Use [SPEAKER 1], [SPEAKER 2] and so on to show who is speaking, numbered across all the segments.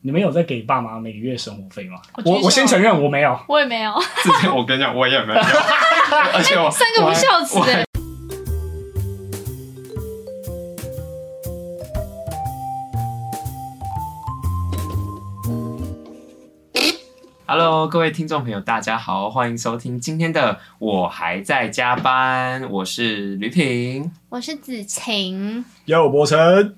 [SPEAKER 1] 你们有在给爸妈每个月生活费吗？
[SPEAKER 2] 我
[SPEAKER 1] 我我先承认我没有，
[SPEAKER 2] 我也没有，
[SPEAKER 1] 哦
[SPEAKER 3] 之前我跟你讲，我也没有，而且 我
[SPEAKER 2] 三个不孝子
[SPEAKER 3] 我
[SPEAKER 2] 哎、
[SPEAKER 3] Hello，各位听众朋友，大家好，欢迎收听今天的《我还在加班》，我是吕品。
[SPEAKER 2] 我是子晴，
[SPEAKER 1] 有博成，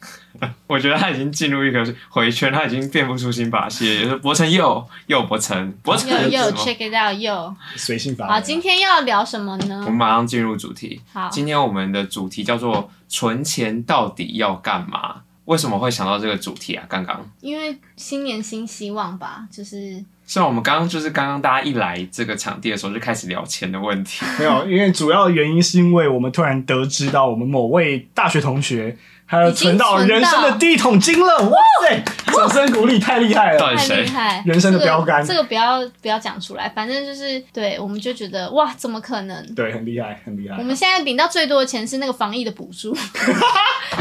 [SPEAKER 3] 我觉得他已经进入一个回圈，他已经变不出新把戏，也就是博成又又博成，博成
[SPEAKER 2] 又
[SPEAKER 3] 是
[SPEAKER 2] 又
[SPEAKER 3] 什么
[SPEAKER 2] check it out 又
[SPEAKER 1] 随性发
[SPEAKER 2] 好，
[SPEAKER 1] 言。
[SPEAKER 2] 啊今天要聊什么
[SPEAKER 3] 我
[SPEAKER 2] 呢
[SPEAKER 3] 们？马上进入主题。
[SPEAKER 2] 好，
[SPEAKER 3] 今天我们的主题叫做“存钱到底要干嘛”。为什么会想到这个主题啊？刚刚
[SPEAKER 2] 因为新年新希望吧，就是
[SPEAKER 3] 虽然我们刚刚就是刚刚大家一来这个场地的时候就开始聊钱的问题，
[SPEAKER 1] 没有，因为主要原因是因为我们突然得知到我们某位大学同学，他
[SPEAKER 2] 已经
[SPEAKER 1] 存到
[SPEAKER 2] 存到
[SPEAKER 1] 人生的第一桶金了，哇塞！掌声鼓励，太厉害了！
[SPEAKER 3] 到底
[SPEAKER 2] 太
[SPEAKER 3] 谁
[SPEAKER 2] 厉？害，
[SPEAKER 1] 人生的
[SPEAKER 2] 这个
[SPEAKER 1] 标杆
[SPEAKER 2] 这个不要不要讲出来，反正就是对，我们就觉得哇，怎么可能？
[SPEAKER 1] 对，很厉害，很厉害
[SPEAKER 2] 我。们现在领到最多的钱是那个防疫的补 助，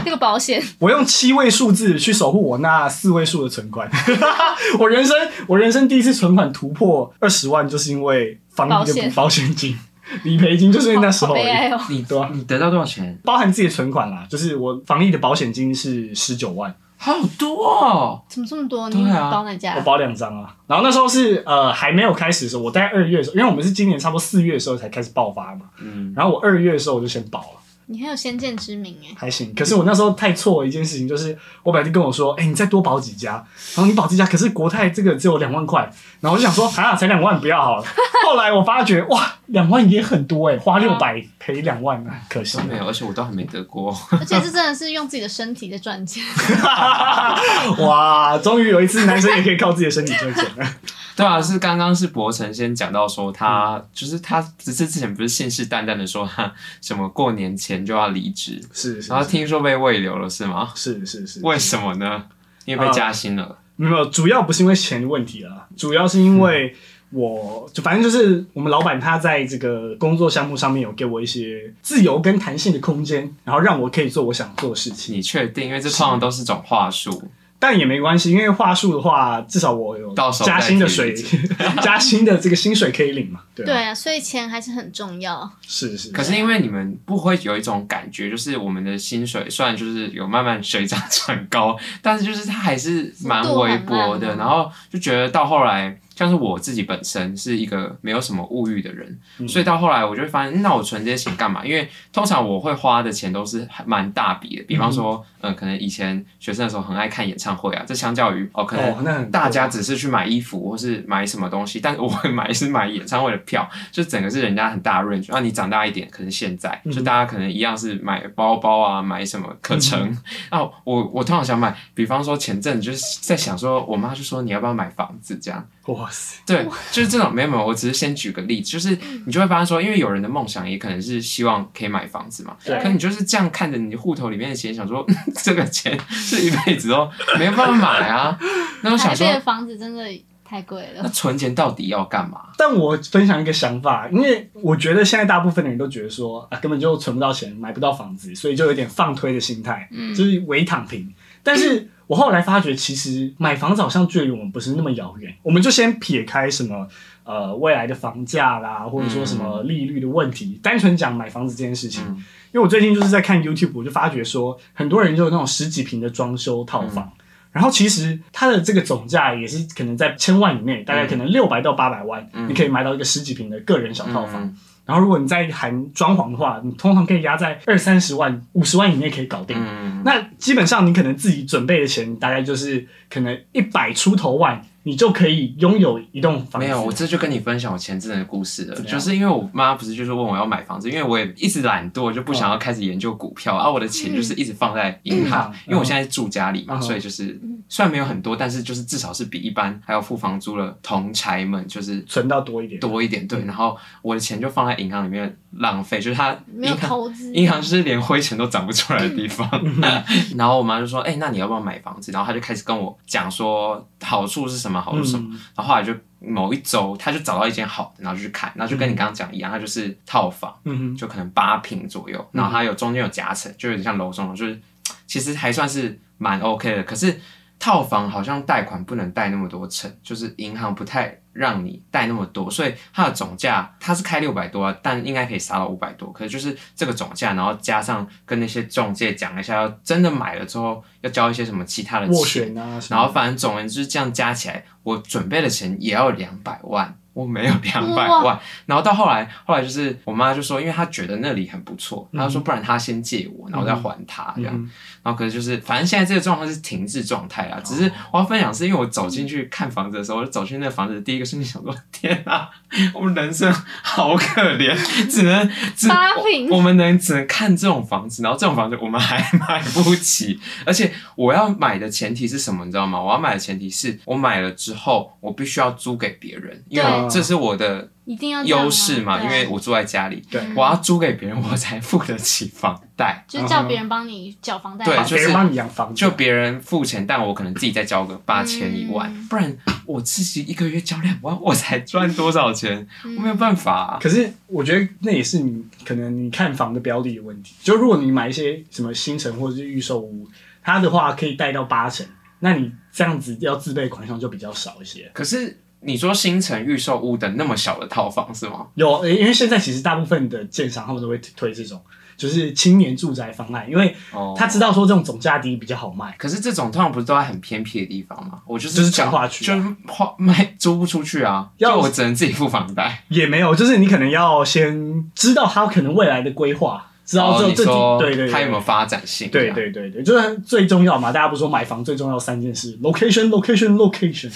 [SPEAKER 2] 那个保险，
[SPEAKER 1] 我用七位数字去守护我那四位数的存 款。我人生，我人生第一次存款突破二十万，就是因为房地
[SPEAKER 2] 保
[SPEAKER 1] 的
[SPEAKER 2] 险
[SPEAKER 1] 保险金、理赔金，就是因为那时
[SPEAKER 2] 好
[SPEAKER 1] 候而
[SPEAKER 2] 悲
[SPEAKER 1] 已
[SPEAKER 2] 哀哦。
[SPEAKER 3] 你
[SPEAKER 1] 对啊
[SPEAKER 3] 你得到多少钱？
[SPEAKER 1] 包含自己的存款啦，就是我防疫的保险金是十九万，
[SPEAKER 3] 好多哦！
[SPEAKER 2] 怎么这么多？
[SPEAKER 3] 对
[SPEAKER 2] 你
[SPEAKER 3] 啊
[SPEAKER 2] 包哪家
[SPEAKER 1] 我？包两张啊。然后那时候是呃还没有开始的时候，我大概二月的时候，因为我们是今年差不多四月的时候才开始爆发嘛。
[SPEAKER 3] 嗯，
[SPEAKER 1] 然后我二月的时候我就先保了，
[SPEAKER 2] 你很有先见之明哎。
[SPEAKER 1] 还行。可是我那时候太错了一件事情，就是我表弟跟我说：“哎、你再多保几家。”然后你保几家，可是国泰这个只有两万块。然后我就想说：“啊，才两万，不要好 了。”后来我发觉，哇，两万也很多哎、花六
[SPEAKER 3] 嗯
[SPEAKER 1] 百赔两万，啊可惜
[SPEAKER 3] 都。没有，而且我都还没得过。
[SPEAKER 2] 而且这真的是用自己的身体在赚钱。
[SPEAKER 3] 嗯
[SPEAKER 1] 哇，终于有一次男生也可以靠自己的身体赚钱了。
[SPEAKER 3] 对啊，是刚刚是博成先讲到说他、就是他，只是之前不是信誓旦旦的说他什么过年前就要离职，
[SPEAKER 1] 是是
[SPEAKER 3] 然后听说被喂流了是吗？
[SPEAKER 1] 是是是，
[SPEAKER 3] 为什么呢？因为被加薪了。
[SPEAKER 1] 没有，主要不是因为钱的问题啦，主要是因为我就反正就是我们老板他在这个工作项目上面有给我一些自由跟弹性的空间，然后让我可以做我想做的事情。
[SPEAKER 3] 你确定？因为这通常都是种话术。
[SPEAKER 1] 但也没关系，因为话术的话，至少我有
[SPEAKER 3] 到手再
[SPEAKER 1] 加薪的水
[SPEAKER 3] 提，
[SPEAKER 1] 加薪的这个薪水可以领嘛。 对
[SPEAKER 2] 对
[SPEAKER 1] 啊，
[SPEAKER 2] 啊，所以钱还是很重要。
[SPEAKER 1] 是是。
[SPEAKER 3] 可是因为你们不会有一种感觉，就是我们的薪水虽然就是有慢慢水涨 船高，但是就是它还是蛮微薄
[SPEAKER 2] 幅度
[SPEAKER 3] 的。
[SPEAKER 2] 很慢吗
[SPEAKER 3] 然后就觉得到后来，像是我自己本身是一个没有什么物欲的人，
[SPEAKER 1] 嗯
[SPEAKER 3] 所以到后来我就会发现，嗯那我存这些钱干嘛？因为通常我会花的钱都是还蛮大笔的，比方说，嗯、可能以前学生的时候很爱看演唱会啊，这相较于哦，可能
[SPEAKER 1] 哦，那很
[SPEAKER 3] 大家只是去买衣服或是买什么东西，但我 会买是买演唱会的票，就整个是人家很大 range。那你长大一点，可能现在
[SPEAKER 1] 嗯
[SPEAKER 3] 就大家可能一样是买包包啊，买什么课程。
[SPEAKER 1] 嗯
[SPEAKER 3] 那我我通常想买，比方说前阵子就是在想说，我妈就说你要不要买房子这样。
[SPEAKER 1] 哇塞，
[SPEAKER 3] 对，就是这种没有没有，我只是先举个例子，就是你就会发现说，因为有人的梦想也可能是希望可以买房子嘛，
[SPEAKER 1] 对
[SPEAKER 3] 可你就是这样看着你户头里面的钱，想说 这个钱是一辈子都没办法买 啊。那我想
[SPEAKER 2] 台
[SPEAKER 3] 说
[SPEAKER 2] 北，的房子真的太贵
[SPEAKER 3] 那
[SPEAKER 2] 了。
[SPEAKER 3] 存钱到底要干嘛？
[SPEAKER 1] 但我分享一个想法，因为我觉得现在大部分的人都觉得说啊，根本就存不到钱，买不到房子，所以就有点放推的心态，
[SPEAKER 2] 嗯
[SPEAKER 1] 就是伪躺平。但是我后来发觉，其实买房子好像距离我们不是那么遥远。我们就先撇开什么呃未来的房价啦，或者说什么利率的问题，单纯讲买房子这件事情。
[SPEAKER 3] 嗯
[SPEAKER 1] 因为我最近就是在看 YouTube，我就发觉说，很多人就有那种十几平的装修套房。
[SPEAKER 3] 嗯
[SPEAKER 1] 然后其实它的这个总价也是可能在千万以内，大概可能六百到八百万，
[SPEAKER 3] 嗯
[SPEAKER 1] 你可以买到一个十几平的个人小套房。
[SPEAKER 3] 嗯
[SPEAKER 1] 然后如果你再含装潢的话，你通常可以压在二三十万、五十万以内可以搞定。
[SPEAKER 3] 嗯，
[SPEAKER 1] 那基本上你可能自己准备的钱大概就是可能一百出头万，你就可以拥有一栋房子。
[SPEAKER 3] 没有，我这就跟你分享我前阵子的故事了，
[SPEAKER 1] 怎么样
[SPEAKER 3] 就是因为我妈不是就是问我要买房子，因为我也一直懒惰，就不想要开始研究股票，而、啊、我的钱就是一直放在银行，
[SPEAKER 1] 嗯
[SPEAKER 3] 因为我现在住家里嘛，
[SPEAKER 1] 嗯
[SPEAKER 3] 所以就是虽然没有很多，但是就是至少是比一般还要付房租的同柴们就是
[SPEAKER 1] 存到多一点。
[SPEAKER 3] 多一点，
[SPEAKER 2] 嗯
[SPEAKER 3] 对，然后我的钱就放在银行里面浪费，就是它
[SPEAKER 2] 没有
[SPEAKER 3] 银行。
[SPEAKER 2] 投资，
[SPEAKER 3] 银行就是连灰尘都长不出来的地方， 然后我妈就说：“哎、那你要不要买房子？”然后她就开始跟我讲说好处是什么，好处是什么。
[SPEAKER 1] 嗯，
[SPEAKER 3] 然后后来就某一周，他就找到一间好的，然后就去看，然后就跟你刚刚讲一样，它就是套房，
[SPEAKER 1] 嗯哼，
[SPEAKER 3] 就可能八平左右，
[SPEAKER 1] 嗯
[SPEAKER 3] 然后它有中间有夹层，就有点像楼中楼，就是嘖其实还算是蛮 OK 的。可是套房好像贷款不能贷那么多成，就是银行不太让你贷那么多，所以它的总价它是开六百多啊，但应该可以杀到五百多。可是就是这个总价，然后加上跟那些中介讲一下，要真的买了之后要交一些什么其他的
[SPEAKER 1] 斡
[SPEAKER 3] 钱，
[SPEAKER 1] 旋啊什么的，
[SPEAKER 3] 然后反正总而言之这样加起来，我准备的钱也要两百万。我没有两百万，然后到后来，后来就是我妈就说，因为她觉得那里很不错，她就说不然她先借我，然后再还她这样。
[SPEAKER 1] 嗯
[SPEAKER 3] 然后可是就是，反正现在这个状况是停滞状态啊。只
[SPEAKER 1] 哦
[SPEAKER 3] 是我要分享，是因为我走进去看房子的时候，我走进那个房子，第一个瞬间想说：天啊，我们人生好可怜，只能只
[SPEAKER 2] 八平
[SPEAKER 3] 我我们能只能看这种房子，然后这种房子我们还买不起。而且我要买的前提是什么，你知道吗？我要买的前提是我买了之后，我必须要租给别人，因为
[SPEAKER 1] 对
[SPEAKER 3] 这是我的
[SPEAKER 2] 一定要这样啊
[SPEAKER 3] 优势嘛，
[SPEAKER 2] 对
[SPEAKER 3] 因为我住在家里，
[SPEAKER 1] 对
[SPEAKER 2] 嗯
[SPEAKER 3] 我要租给别人，我才付得起房贷。
[SPEAKER 2] 就是叫别人帮你缴房贷，
[SPEAKER 3] 对
[SPEAKER 1] 把
[SPEAKER 3] 就
[SPEAKER 1] 别人
[SPEAKER 3] 是
[SPEAKER 1] 帮你养房子
[SPEAKER 3] 就别人付钱，但我可能自己再交个八千一万，
[SPEAKER 2] 嗯嗯
[SPEAKER 3] 不然我自己一个月交两万，我才赚多少钱？
[SPEAKER 2] 嗯
[SPEAKER 3] 我没有办法啊、
[SPEAKER 1] 可是我觉得那也是你可能你看房的标的的问题。就如果你买一些什么新城或者是预售屋，它的话可以贷到八成，那你这样子要自备款项就比较少一些。
[SPEAKER 3] 可是你说新城预售屋的那么小的套房是吗？
[SPEAKER 1] 有，呃因为现在其实大部分的建商他们都会推这种就是青年住宅方案，因为
[SPEAKER 3] 哦
[SPEAKER 1] 他知道说这种总价低比较好卖。
[SPEAKER 3] 可是这种通常不是都在很偏僻的地方吗？我就是
[SPEAKER 1] 就是
[SPEAKER 3] 想
[SPEAKER 1] 从化区啊
[SPEAKER 3] 就是花卖租不出去啊，
[SPEAKER 1] 要
[SPEAKER 3] 就我只能自己付房贷。
[SPEAKER 1] 也没有，就是你可能要先知道他可能未来的规划，知道
[SPEAKER 3] 哦
[SPEAKER 1] 这
[SPEAKER 3] 你
[SPEAKER 1] 这
[SPEAKER 3] 说
[SPEAKER 1] 对对对，
[SPEAKER 3] 它有没有发展性？
[SPEAKER 1] 对对对对，就是最重要嘛。大家不是说买房最重要三件事：location、location、location。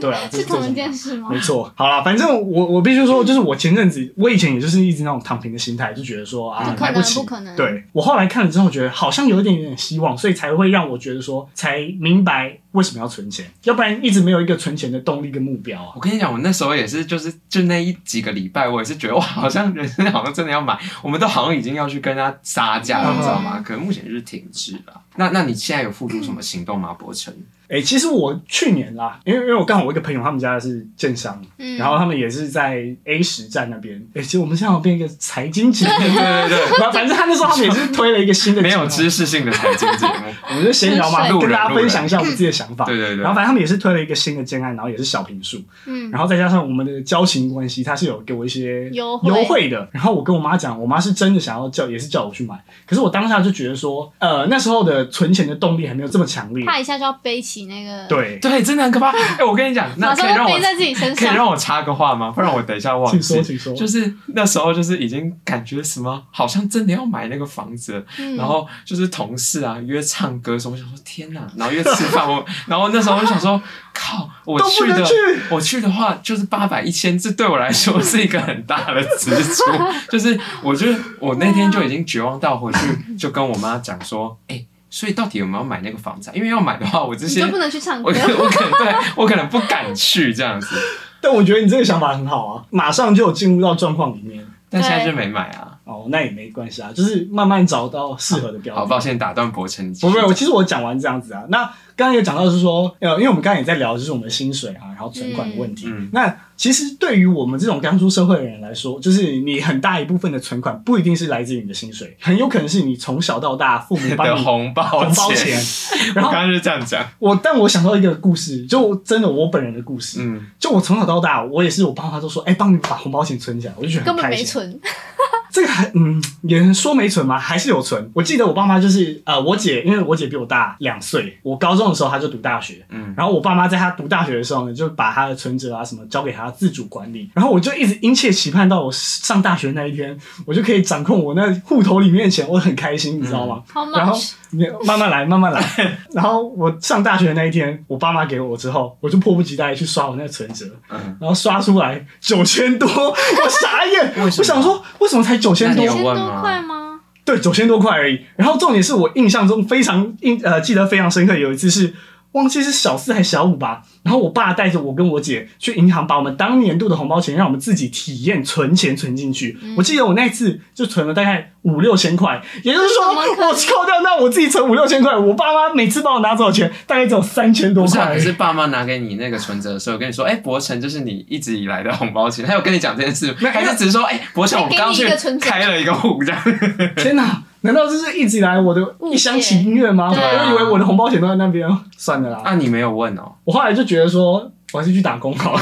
[SPEAKER 1] 对 啊，这最
[SPEAKER 2] 是
[SPEAKER 1] 重
[SPEAKER 2] 同
[SPEAKER 1] 要
[SPEAKER 2] 一件事吗？
[SPEAKER 1] 没错，好啦，反正我我必须说，就是我前阵子，我以前也就是一直那种躺平的心态，就觉得说啊
[SPEAKER 2] 不，可
[SPEAKER 1] 买
[SPEAKER 2] 能
[SPEAKER 1] 起，
[SPEAKER 2] 不可能
[SPEAKER 1] 对我后来看了之后，觉得好像有一点点希望，所以才会让我觉得说，才明白为什么要存钱，要不然一直没有一个存钱的动力跟目标
[SPEAKER 2] 嗯
[SPEAKER 1] 啊。
[SPEAKER 3] 我跟你讲，我那时候也是，就是就那一几个礼拜，我也是觉得哇，好像人生好像真的要买，我们都好像已经要去跟他杀价了，
[SPEAKER 1] 嗯
[SPEAKER 3] 你知道吗？可能目前就是停滞了。那那你现在有付出什么行动吗，博成？
[SPEAKER 1] 哎、其实我去年啦，因为因为我刚好我一个朋友，他们家是建商，
[SPEAKER 2] 嗯
[SPEAKER 1] 然后他们也是在 A 十站那边。哎、其实我们现在有变一个财经节目， 嗯对
[SPEAKER 3] 对对对，
[SPEAKER 1] 反正他那时候他们也是推了一个新的
[SPEAKER 3] 没
[SPEAKER 1] 节目，
[SPEAKER 3] 有知识性的财经 节目。
[SPEAKER 1] 我们就闲聊嘛，
[SPEAKER 2] 是
[SPEAKER 3] 是
[SPEAKER 1] 跟大家分享一下我们自己的想法。
[SPEAKER 3] 对对对
[SPEAKER 1] 然后，反正他们也是推了一个新的建案，然后也是小平数，
[SPEAKER 2] 嗯，
[SPEAKER 1] 然后再加上我们的交情关系，他是有给我一些
[SPEAKER 2] 优惠
[SPEAKER 1] 优惠的。然后我跟我妈讲，我妈是真的想要叫，也是叫我去买。可是我当下就觉得说，呃，那时候的存钱的动力还没有这么强烈。
[SPEAKER 2] 怕一下就要背起那个，，
[SPEAKER 1] 对，
[SPEAKER 3] 对，真的很可怕。哎、我跟你讲，那
[SPEAKER 2] 马
[SPEAKER 3] 可以
[SPEAKER 2] 上
[SPEAKER 3] 让
[SPEAKER 2] 就
[SPEAKER 3] 我
[SPEAKER 2] 背在自己身
[SPEAKER 3] 可以
[SPEAKER 2] 上。
[SPEAKER 3] 让我插个话吗？ 不然我等一下忘
[SPEAKER 1] 请说，
[SPEAKER 3] 记。
[SPEAKER 1] 请说。
[SPEAKER 3] 就是那时候，就是已经感觉什么，好像真的要买那个房子了，
[SPEAKER 2] 嗯
[SPEAKER 3] 然后就是同事啊约唱歌什么，我想说天哪，然后约吃 饭，我然后那时候我就想说，靠，我
[SPEAKER 1] 都不
[SPEAKER 3] 去的
[SPEAKER 1] 能去
[SPEAKER 3] 我去的话就是八百一千，这对我来说是一个很大的支 出，就是我就我那天就已经绝望到回去就跟我妈讲说，哎、所以到底有没有买那个房子、啊？因为要买的话，我这
[SPEAKER 2] 你
[SPEAKER 3] 些
[SPEAKER 2] 就不能去唱
[SPEAKER 3] 我
[SPEAKER 2] 歌
[SPEAKER 3] 我，可能对我可能不敢去这样子，
[SPEAKER 1] 但我觉得你这个想法很好啊，马上就有进入到状况里面。
[SPEAKER 3] 但现在
[SPEAKER 2] 对
[SPEAKER 3] 就没买啊。
[SPEAKER 1] 哦，那也没关系啊，就是慢慢找到适合的标
[SPEAKER 3] 好，
[SPEAKER 1] 的。
[SPEAKER 3] 抱歉打断博成，你继
[SPEAKER 1] 不
[SPEAKER 3] 续
[SPEAKER 1] 不，我
[SPEAKER 3] 讲
[SPEAKER 1] 其实我讲完这样子啊。那刚刚有讲到是说，呃，因为我们刚刚也在聊，就是我们的薪水啊，然后存款的问题。
[SPEAKER 3] 嗯嗯
[SPEAKER 1] 那其实对于我们这种刚出社会的人来说，就是你很大一部分的存款不一定是来自于你的薪水，很有可能是你从小到大父母帮
[SPEAKER 3] 的
[SPEAKER 1] 你
[SPEAKER 3] 红包
[SPEAKER 1] 红包 钱。然
[SPEAKER 3] 我
[SPEAKER 1] 后
[SPEAKER 3] 刚刚就这样讲，
[SPEAKER 1] 我，但我想到一个故事，就真的我本人的故事。
[SPEAKER 3] 嗯，
[SPEAKER 1] 就我从小到大，我也是我爸妈都说，哎、帮你把红包钱存起来，我就觉得
[SPEAKER 2] 根
[SPEAKER 1] 很开
[SPEAKER 2] 本没
[SPEAKER 1] 心。
[SPEAKER 2] 存，
[SPEAKER 1] 这个还嗯，也能说没存吗？还是有存。我记得我爸妈就是呃，我姐，因为我姐比我大两岁，我高中的时候她就读大学，
[SPEAKER 3] 嗯
[SPEAKER 1] 然后我爸妈在她读大学的时候呢，就把她的存折啊什么交给她自主管理，然后我就一直殷切期盼到我上大学那一天，我就可以掌控我那户头里面的钱，我很开心，你知道吗？
[SPEAKER 2] 好
[SPEAKER 1] 然后
[SPEAKER 2] much，
[SPEAKER 1] 你慢慢来，慢慢 来。然后我上大学的那一天，我爸妈给我之后，我就迫不及待地去刷我那个存折，
[SPEAKER 3] 嗯
[SPEAKER 1] 然后刷出来九千多，我傻眼。我
[SPEAKER 3] 为什么
[SPEAKER 1] 想说，为什么才九千
[SPEAKER 3] 那
[SPEAKER 1] 多
[SPEAKER 3] 你有？
[SPEAKER 2] 千
[SPEAKER 3] 问
[SPEAKER 2] 多
[SPEAKER 3] 吗
[SPEAKER 2] 块吗？
[SPEAKER 1] 对，九千多块而已。然后重点是我印象中非常印呃记得非常深刻，有一次是忘记是小四还是小五吧，然后我爸带着我跟我姐去银行把我们当年度的红包钱让我们自己体验存钱存进去。
[SPEAKER 2] 嗯
[SPEAKER 1] 我记得我那次就存了大概五六千块，也就是说
[SPEAKER 2] 怎么可能
[SPEAKER 1] 我扣掉那我自己存五六千块，我爸妈每次帮我拿走的钱大概只有三千多
[SPEAKER 3] 不是
[SPEAKER 1] 块
[SPEAKER 3] 啊，
[SPEAKER 1] 而
[SPEAKER 3] 可
[SPEAKER 1] 已。
[SPEAKER 3] 是爸妈拿给你那个存折的时候，跟你说，哎、博成这是你一直以来的红包钱，他有跟你讲这件事吗，
[SPEAKER 1] 没有
[SPEAKER 3] 还是只是说，哎、博成，我
[SPEAKER 2] 给
[SPEAKER 3] 刚
[SPEAKER 2] 你一
[SPEAKER 3] 去
[SPEAKER 2] 个存折
[SPEAKER 3] 开了一个户这样，
[SPEAKER 1] 天哪！难道这是一直以来我的
[SPEAKER 2] 误解
[SPEAKER 1] 一厢情愿吗？我
[SPEAKER 2] 对
[SPEAKER 3] 啊
[SPEAKER 1] 以为我的红包钱都在那边，算了啦。
[SPEAKER 3] 啊，你没有问哦，
[SPEAKER 1] 我后来就觉得说，我还是去打工好了，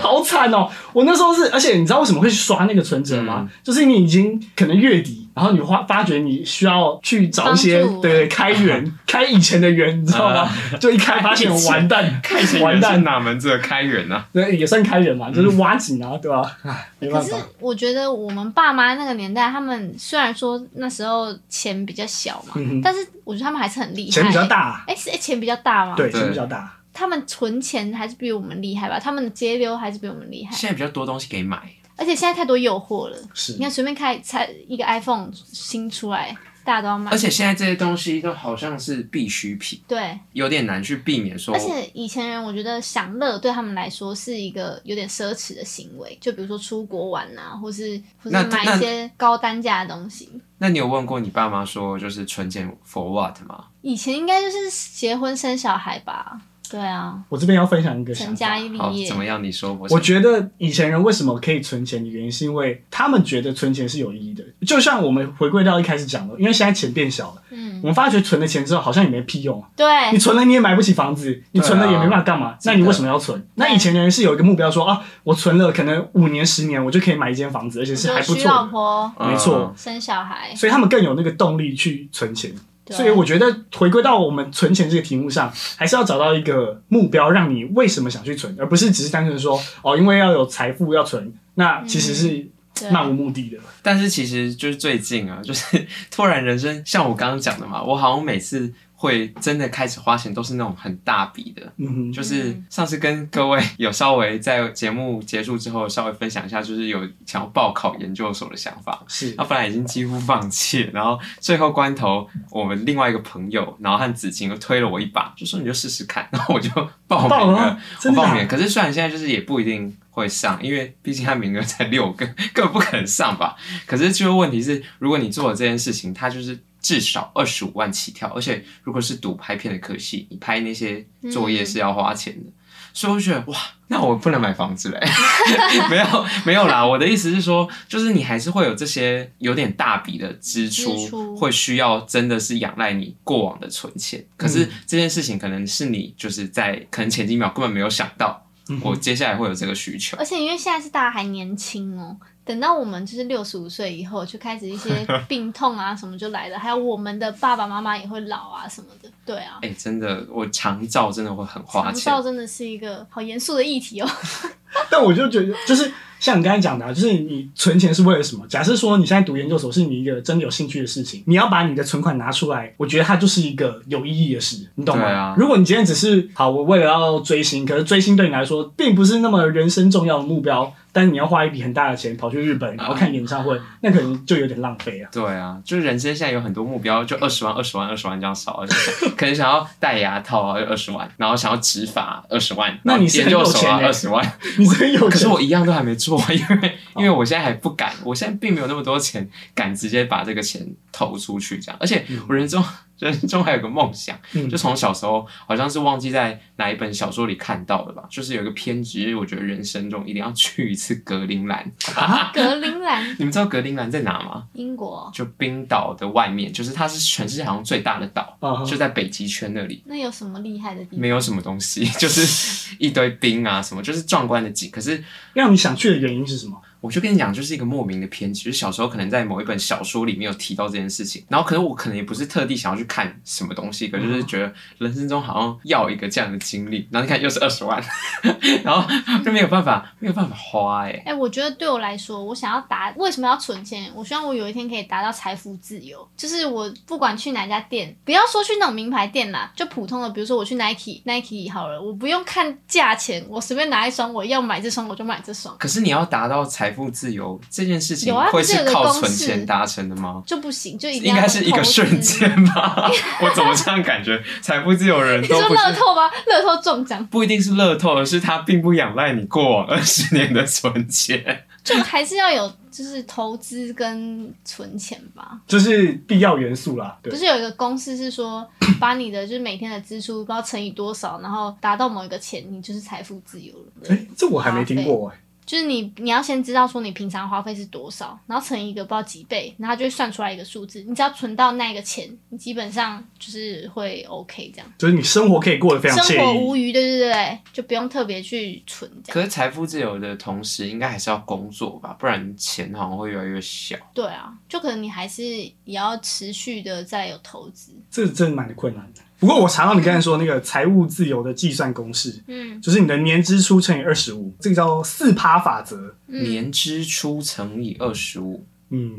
[SPEAKER 1] 好惨哦、我那时候是，而且你知道为什么会去刷那个存折吗？
[SPEAKER 3] 嗯
[SPEAKER 1] 就是你已经可能月底，然后你发发觉你需要去找一些
[SPEAKER 2] 帮助
[SPEAKER 1] 对对开源， 开以前的源，你知道吗？就一开发现
[SPEAKER 3] 啊 开以前嗯
[SPEAKER 1] 完蛋，完
[SPEAKER 3] 完蛋，
[SPEAKER 1] 蛋，
[SPEAKER 3] 哪门子的开源啊呢、
[SPEAKER 1] 对，也算开源嘛，就是挖井啊，对吧？唉，没
[SPEAKER 2] 可
[SPEAKER 1] 办
[SPEAKER 2] 是
[SPEAKER 1] 法，
[SPEAKER 2] 我觉得我们爸妈那个年代，他们虽然说那时候钱比较小嘛，
[SPEAKER 1] 嗯哼
[SPEAKER 2] 但是我觉得他们还是很厉害、
[SPEAKER 1] 钱比较。大，啊
[SPEAKER 2] 哎、是、哎钱比较大嘛？
[SPEAKER 1] 对，
[SPEAKER 3] 对
[SPEAKER 1] 钱比较大，
[SPEAKER 2] 他们存钱还是比我们厉害吧？他们的节流还是比我们厉害。
[SPEAKER 3] 现在比较多东西可以买，
[SPEAKER 2] 而且现在太多诱惑了，
[SPEAKER 1] 是
[SPEAKER 2] 你。看随便开才一个 iPhone 新出来，大家都要买
[SPEAKER 3] 而。且现在这些东西都好像是必需品，
[SPEAKER 2] 对，
[SPEAKER 3] 有点难去避免
[SPEAKER 1] 哦
[SPEAKER 3] 说
[SPEAKER 2] 而。且以前人我觉得享乐对他们来说是一个有点奢侈的行为，就比如说出国玩啊，或是或是
[SPEAKER 3] 那
[SPEAKER 2] 买
[SPEAKER 3] 那
[SPEAKER 2] 一些高单价的东西。
[SPEAKER 3] 那你有问过你爸妈说就是存钱 for what 吗？
[SPEAKER 2] 以前应该就是结婚生小孩吧？对啊，
[SPEAKER 1] 我这边要分享一个想
[SPEAKER 2] 成
[SPEAKER 1] 法，
[SPEAKER 2] 家立
[SPEAKER 3] 好，
[SPEAKER 2] 业
[SPEAKER 3] 怎。么样？你说我
[SPEAKER 1] 我觉得以前人为什么可以存钱的原因，是因为他们觉得存钱是有意义的。就像我们回归到一开始讲的，因为现在钱变小了，
[SPEAKER 2] 嗯
[SPEAKER 1] 我，们发觉存了钱之后好像也没屁用啊。你
[SPEAKER 2] 对，
[SPEAKER 1] 存了你也买不起房子，你存了也没办法干
[SPEAKER 2] 啊
[SPEAKER 1] 嘛，
[SPEAKER 3] 真的
[SPEAKER 1] 那你为什么要存？那以前的人是有一个目标说啊，我存了可能五年、十年，我就可以买一间房子，而 且是还
[SPEAKER 2] 就
[SPEAKER 1] 不
[SPEAKER 2] 娶老
[SPEAKER 1] 错的。
[SPEAKER 2] 婆、
[SPEAKER 3] 嗯
[SPEAKER 1] 没错
[SPEAKER 2] 生小孩。
[SPEAKER 1] 所以他们更有那个动力去存钱。
[SPEAKER 2] 对
[SPEAKER 1] 所以我觉得回归到我们存钱这个题目上，还是要找到一个目标，让你为什么想去存，而不是只是单纯说哦，因为要有财富要存，那其实是
[SPEAKER 2] 嗯对
[SPEAKER 1] 漫无目的的。
[SPEAKER 3] 但是其实就是最近啊，就是 突然人生，像我刚刚讲的嘛，我好像每次会真的开始花钱都是那种很大笔的，
[SPEAKER 1] 嗯哼，
[SPEAKER 3] 就是上次跟各位有稍微在节目结束之后稍微分享一下，就是有想要报考研究所的想法。
[SPEAKER 1] 是
[SPEAKER 3] 他本来已经几乎放弃了，然后最后关头，我们另外一个朋友，然后和子晴又推了我一把，就说你就试试看，然后我就报
[SPEAKER 1] 爆
[SPEAKER 3] 名
[SPEAKER 1] 了
[SPEAKER 3] 了
[SPEAKER 1] 吗，，
[SPEAKER 3] 我
[SPEAKER 1] 真的
[SPEAKER 3] 报
[SPEAKER 1] 啊
[SPEAKER 3] 名了。可是虽然现在就是也不一定会上，因为毕竟他名额才六个， 根本不可能上吧。可是就是问题是，如果你做了这件事情，它就是至少二十五万起跳，而且如果是读拍片的科系，你拍那些作业是要花钱的。所以我就觉得哇，那我不能买房子嘞， 没有没有啦，我的意思是说，就是你还是会有这些有点大笔的支出，
[SPEAKER 2] 支出
[SPEAKER 3] 会需要真的是仰赖你过往的存钱。可
[SPEAKER 1] 嗯
[SPEAKER 3] 是这件事情可能是你就是在可能前几秒根本没有想到，
[SPEAKER 1] 嗯哼
[SPEAKER 3] 我接下来会有这个需求。
[SPEAKER 2] 而且因为现在是大家还年轻哦，等到我们就是六十五岁以后，就开始一 些病痛啊什么就来了，还有我们的爸爸妈妈也会老啊什么的。对啊，
[SPEAKER 3] 哎、真的，我长照真的会很花
[SPEAKER 2] 长
[SPEAKER 3] 钱
[SPEAKER 2] 照。真的是一个好严肃的议 题哦。
[SPEAKER 1] 但我就觉得，就是像你刚才讲的、啊，就是你存钱是为了什么？假设说你现在读研究所是你一个真的有兴趣的事情，你要把你的存款拿出来，我觉得它就是一个有意义的事，你懂吗？
[SPEAKER 3] 对啊
[SPEAKER 1] 如果你今天只是好，我为了要追星，可是追星对你来说并不是那么人生重要的目标，但是你要花一笔很大的钱跑去日本，然后看演唱会，那可能就有点浪费啊。
[SPEAKER 3] 对啊，就是人生现在有很多目标，就二十万、二十万、二十万这样少，啊就是可能想要戴牙套啊，二十万，然后想要植发二十万，
[SPEAKER 1] 那你是
[SPEAKER 3] 研
[SPEAKER 1] 很有
[SPEAKER 3] 究所啊
[SPEAKER 1] 钱欸
[SPEAKER 3] 二十万，
[SPEAKER 1] 你真有
[SPEAKER 3] 可是
[SPEAKER 1] 钱，
[SPEAKER 3] 我一样都还没做， 因为因为我现在还不敢，我现在并没有那么多钱敢直接把这个钱投出去这样，而且我人中、 人中还有个梦想，
[SPEAKER 1] 嗯
[SPEAKER 3] 就从小时候好像是忘记在哪一本小说里看到的吧，就是有一个偏执，我觉得人生中一定要去一次格陵兰。
[SPEAKER 2] 格陵兰，
[SPEAKER 3] 你们知道格陵兰在哪吗？
[SPEAKER 2] 英国哦
[SPEAKER 3] 就冰岛的外面，就是它是全世界好像最大的岛，
[SPEAKER 1] 啊哈
[SPEAKER 3] 就在北极圈那里。
[SPEAKER 2] 那有什么厉害的地
[SPEAKER 3] 没
[SPEAKER 2] 方？
[SPEAKER 3] 有什么东西， 就是一堆冰啊，什么就是壮观的景。可是
[SPEAKER 1] 让你想去的原因是什么？
[SPEAKER 3] 我就跟你讲，就是一个莫名的偏执，就是小时候可能在某一本小说里面有提到这件事情，然后可是我可能也不是特地想要去看什么东西，可
[SPEAKER 2] 嗯
[SPEAKER 3] 是就是觉得人生中好像要一个这样的经历，然后你看又是二十万， 然后就没有办法，没有办法花哎、
[SPEAKER 2] 哎、我觉得对我来说，我想要达为什么要存钱？我希望我有一天可以达到财富自由，就是我不管去哪家店，不要说去那种名牌店啦，就普通的，比如说我去 Nike Nike 好了，我不用看价钱，我随便拿一双，我要买这双我就买这双，
[SPEAKER 3] 可是你要达到财富自由这件事情
[SPEAKER 2] 有啊，不
[SPEAKER 3] 会
[SPEAKER 2] 是有
[SPEAKER 3] 是
[SPEAKER 2] 个
[SPEAKER 3] 靠
[SPEAKER 2] 公
[SPEAKER 3] 存钱
[SPEAKER 2] 式
[SPEAKER 3] 达成的吗？
[SPEAKER 2] 就不行，就一定
[SPEAKER 3] 应
[SPEAKER 2] 要
[SPEAKER 3] 该是一个
[SPEAKER 2] 投资
[SPEAKER 3] 瞬。间 吧，我怎么这样感觉？财富自由的人
[SPEAKER 2] 你
[SPEAKER 3] 都
[SPEAKER 2] 说
[SPEAKER 3] 不是
[SPEAKER 2] 乐透吗？乐透中奖，
[SPEAKER 3] 不一定是乐透，而是他并不仰赖你过往二十年的存钱。
[SPEAKER 2] 就还是要有就是投资跟存钱吧。
[SPEAKER 1] 就是必要元素啦。对
[SPEAKER 2] 不，是有一个公式是说，把你的就是每天的支出不知道乘以多少，然后达到某一个钱，你就是财富自由了。
[SPEAKER 1] 哎，这我还没听过哎、
[SPEAKER 2] 就是你你要先知道说你平常花费是多少，然后乘以一个不知道几倍，然后它就会算出来一个数字。你只要存到那个钱，你基本上就是会 OK 这样，
[SPEAKER 1] 就是你生活可以过得非常
[SPEAKER 2] 生活
[SPEAKER 1] 惬
[SPEAKER 2] 无
[SPEAKER 1] 意。
[SPEAKER 2] 余，对对对对，就不用特别去存这样。
[SPEAKER 3] 可是财富自由的同时，应该还是要工作吧，不然钱好像会越来越小。
[SPEAKER 2] 对啊，就可能你还是也要持续的在有投资，
[SPEAKER 1] 这真的蛮困难的。不过我查到你刚才说那个财务自由的计算公式，
[SPEAKER 2] 嗯
[SPEAKER 1] 就是你的年支出乘以二十五，这个叫四趴法则。
[SPEAKER 2] 嗯，
[SPEAKER 3] 年支出乘以二十五，
[SPEAKER 1] 嗯，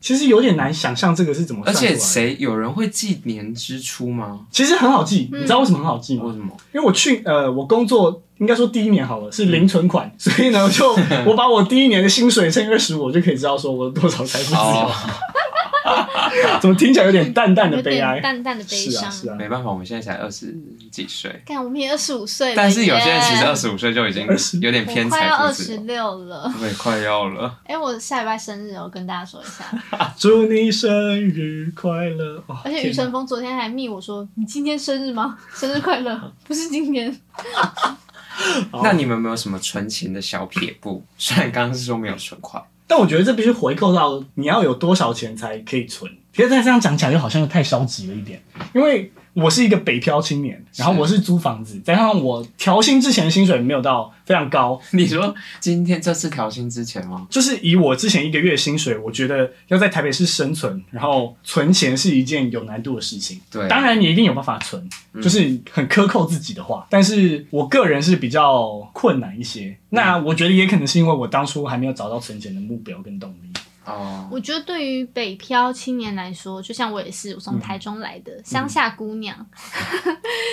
[SPEAKER 1] 其实有点难想象这个是怎么
[SPEAKER 3] 而
[SPEAKER 1] 算出来
[SPEAKER 3] 且
[SPEAKER 1] 的。
[SPEAKER 3] 谁有人会记年支出吗？
[SPEAKER 1] 其实很好记，
[SPEAKER 2] 嗯
[SPEAKER 1] 你知道为什么很好记吗？
[SPEAKER 3] 为什么？
[SPEAKER 1] 因为我去呃，我工作应该说第一年好了是
[SPEAKER 3] 嗯
[SPEAKER 1] 零存 款，所以呢，我就我把我第一年的薪水乘以二十五，我就可以知道说我有多少财富自由。
[SPEAKER 3] 哦，
[SPEAKER 1] 怎么听起来有点淡淡的
[SPEAKER 2] 有
[SPEAKER 1] 悲哀
[SPEAKER 2] 点？淡淡的悲
[SPEAKER 1] 是啊
[SPEAKER 2] 伤。
[SPEAKER 1] 是啊，
[SPEAKER 3] 没办法，我们现在才二十几岁，
[SPEAKER 2] 看，我们也二十五岁了耶，
[SPEAKER 3] 但是有些人其实二十五岁就已经
[SPEAKER 1] 20
[SPEAKER 3] 有点
[SPEAKER 2] 我
[SPEAKER 3] 偏
[SPEAKER 2] 快要
[SPEAKER 3] 财
[SPEAKER 2] 二
[SPEAKER 3] 富自
[SPEAKER 2] 十
[SPEAKER 3] 由，
[SPEAKER 2] 六了。
[SPEAKER 3] 对，快要了。
[SPEAKER 2] 哎、我下礼拜生日，我跟大家说一下。
[SPEAKER 1] 祝你生日快乐！哦
[SPEAKER 2] 而且
[SPEAKER 1] 天
[SPEAKER 2] 余
[SPEAKER 1] 哪
[SPEAKER 2] 承峰昨天还密我说：“你今天生日吗？ 生日快 乐！”不是今天，
[SPEAKER 1] 好
[SPEAKER 3] 那你们有没有什么存钱的小撇步？虽然刚刚是说没有存款，
[SPEAKER 1] 但我觉得这必须回扣到你要有多少钱才可以存。其实，再这样讲起来，又好像又太消极了一点，因为我是一个北漂青年，然后
[SPEAKER 3] 是
[SPEAKER 1] 我是租房子，再加上我调薪之前的薪水没有到非常高，
[SPEAKER 3] 你说今天这次调薪之前吗？
[SPEAKER 1] 就是以我之前一个月的薪水，我觉得要在台北市生存，然后存钱是一件有难度的事情。
[SPEAKER 3] 对啊
[SPEAKER 1] 当然你一定有办法存，就是很克扣自己的话。但是我个人是比较困难一些。那我觉得也可能是因为我当初还没有找到存钱的目标跟动力。
[SPEAKER 3] 哦，
[SPEAKER 2] 我觉得对于北漂青年来说，就像我也是，我从台中来
[SPEAKER 3] 嗯
[SPEAKER 2] 的乡、下姑娘，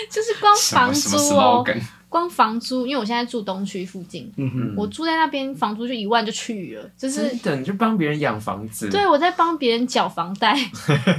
[SPEAKER 2] 就是光
[SPEAKER 3] 什
[SPEAKER 2] 房
[SPEAKER 3] 么什
[SPEAKER 2] 租
[SPEAKER 3] 么
[SPEAKER 2] 哦、
[SPEAKER 3] slogan？
[SPEAKER 2] 光房租，因为我现在住东区附近，
[SPEAKER 1] 嗯哼，
[SPEAKER 3] 嗯
[SPEAKER 2] 我住在那边房租就一万就去了，就是
[SPEAKER 3] 真的，你就帮别人养房子，
[SPEAKER 2] 对，啊我在帮别人缴房 贷，